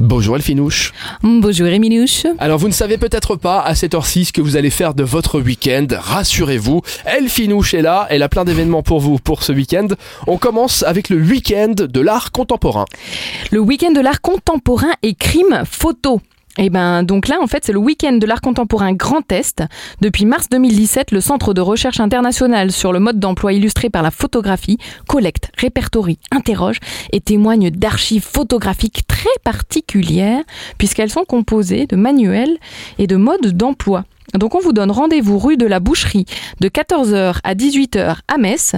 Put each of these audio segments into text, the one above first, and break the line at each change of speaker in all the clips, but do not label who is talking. Bonjour Elfinouche.
Mm, Bonjour Emilouche.
Alors vous ne savez peut-être pas à cette heure-ci ce que vous allez faire de votre week-end. Rassurez-vous, Elfinouche est là, elle a plein d'événements pour vous pour ce week-end. On commence avec le week-end de l'art contemporain.
Le week-end de l'art contemporain et crime photo. Et ben donc là en fait c'est le week-end de l'art contemporain Grand Est. Depuis mars 2017, le Centre de recherche internationale sur le mode d'emploi illustré par la photographie collecte, répertorie, interroge et témoigne d'archives photographiques très particulières puisqu'elles sont composées de manuels et de modes d'emploi. Donc on vous donne rendez-vous rue de la Boucherie de 14h à 18h à Metz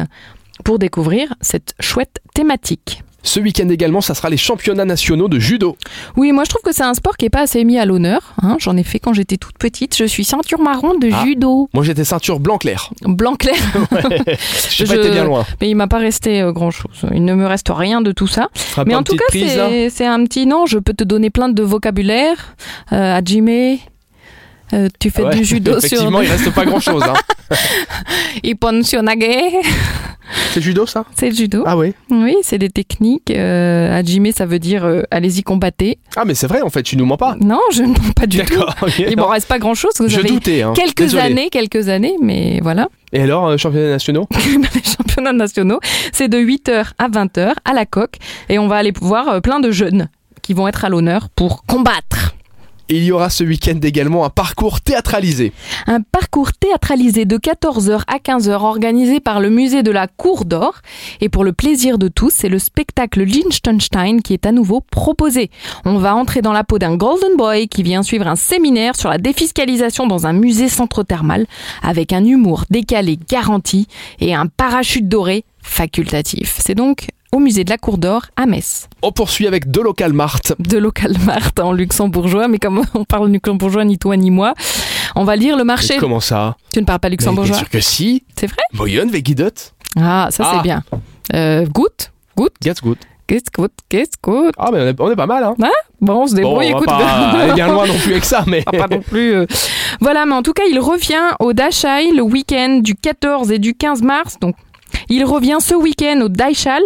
pour découvrir cette chouette thématique.
Ce week-end également, ça sera les championnats nationaux de judo.
Oui, moi je trouve que c'est un sport qui est pas assez mis à l'honneur. hein. J'en ai fait quand j'étais toute petite. Je suis ceinture marron de
Ah.
judo.
Moi j'étais ceinture blanc clair.
Blanc clair,
J'ai pas
Je-
été bien loin.
mais il m'a pas resté grand chose. Il ne me reste rien de tout ça.
Frappe
mais
un
en tout
petit
cas,
prise, là.
c'est c'est un petit nom. Je peux te donner plein de vocabulaire. Euh, Hajime, euh, tu fais
Ah Ouais,
du judo sur
Effectivement, il reste pas grand-chose. hein.
Ippon Shionage.
C'est judo ça
C'est le judo.
Ah oui.
Oui, c'est des techniques. Euh, Hajime, ça veut dire euh, allez-y combattez.
Ah mais c'est vrai en fait, tu nous mens pas.
Non, je ne mens pas du tout.
Ah. D'accord. ok.
Il m'en reste pas grand chose. Vous
Je
avez
doutais. hein.
quelques
Désolé.
années, quelques années, mais voilà.
Et alors, euh, championnats nationaux
les championnats nationaux, c'est de 8h à 20h à la coque. Et on va aller voir euh, plein de jeunes qui vont être à l'honneur pour combattre.
Il y aura ce week-end également un parcours théâtralisé.
Un parcours théâtralisé de 14h à 15h organisé par le musée de la Cour d'Or. Et pour le plaisir de tous, c'est le spectacle Liechtenstein qui est à nouveau proposé. On va entrer dans la peau d'un Golden Boy qui vient suivre un séminaire sur la défiscalisation dans un musée centre thermal avec un humour décalé garanti et un parachute doré facultatif. C'est donc au musée de la Cour d'Or à Metz.
On poursuit avec de local Marthe.
de local Marthe en luxembourgeois, mais comme on parle luxembourgeois ni toi ni moi, on va lire le marché.
Mais Comment ça
Tu ne parles pas luxembourgeois
Mais Bien sûr que si.
C'est vrai
Moyenne Vegidot.
Ah, ça
Ah.
c'est bien. Euh, goutte Goutte
That's good.
Qu'est-ce que Qu'est-ce que
Ah, mais on est, on est pas mal, hein.
Bon, on se
Bon,
débrouille,
on va
écoute.
pas aller bien loin non plus avec ça, mais.
Ah, pas non plus. euh. Voilà, mais en tout cas, il revient au Dachai le week-end du 14 et du 15 mars. Donc, il revient ce week-end au Daichal.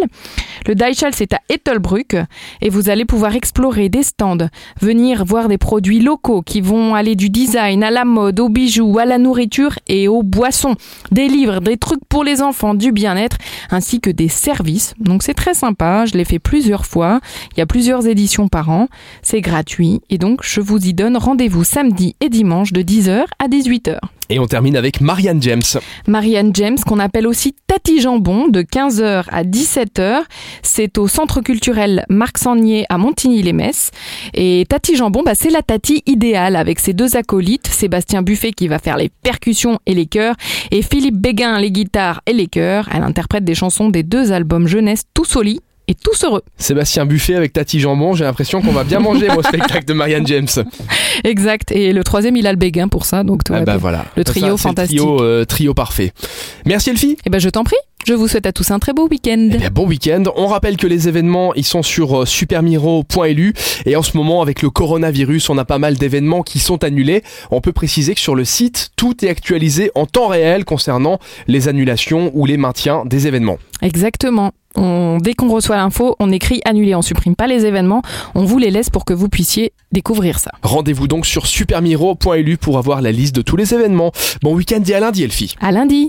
Le Daichal, c'est à Ettelbruck. Et vous allez pouvoir explorer des stands, venir voir des produits locaux qui vont aller du design à la mode, aux bijoux, à la nourriture et aux boissons. Des livres, des trucs pour les enfants, du bien-être, ainsi que des services. Donc, c'est très sympa. Je l'ai fait plusieurs fois. Il y a plusieurs éditions par an. C'est gratuit et donc je vous y donne rendez-vous samedi et dimanche de 10h à 18h.
Et on termine avec Marianne James.
Marianne James, qu'on appelle aussi Tati Jambon, de 15h à 17h, c'est au Centre culturel Marc Sangnier à Montigny-les-Messes. Et Tati Jambon, bah, c'est la Tati idéale avec ses deux acolytes, Sébastien Buffet qui va faire les percussions et les chœurs, et Philippe Béguin les guitares et les chœurs. Elle interprète des chansons des deux albums jeunesse Tous au lit et Tous heureux.
Sébastien Buffet avec Tati Jambon, j'ai l'impression qu'on va bien manger moi, au spectacle de Marianne James.
Exact. Et le troisième, il a le Béguin pour ça, donc tout
Ah
va
bah
bien.
voilà.
Le
Ça,
trio
c'est le
fantastique.
Trio, euh, trio parfait. Merci Elfie.
Eh ben, je t'en prie. Je vous souhaite à tous un très beau week-end.
Eh bien, bon week-end. On rappelle que les événements, ils sont sur euh, supermiro.lu. Et en ce moment, avec le coronavirus, on a pas mal d'événements qui sont annulés. On peut préciser que sur le site, tout est actualisé en temps réel concernant les annulations ou les maintiens des événements.
Exactement. On, dès qu'on reçoit l'info, on écrit annuler, on supprime pas les événements, on vous les laisse pour que vous puissiez découvrir ça.
Rendez-vous donc sur supermiro.lu pour avoir la liste de tous les événements. Bon week-end et à lundi, Elfie.
À lundi.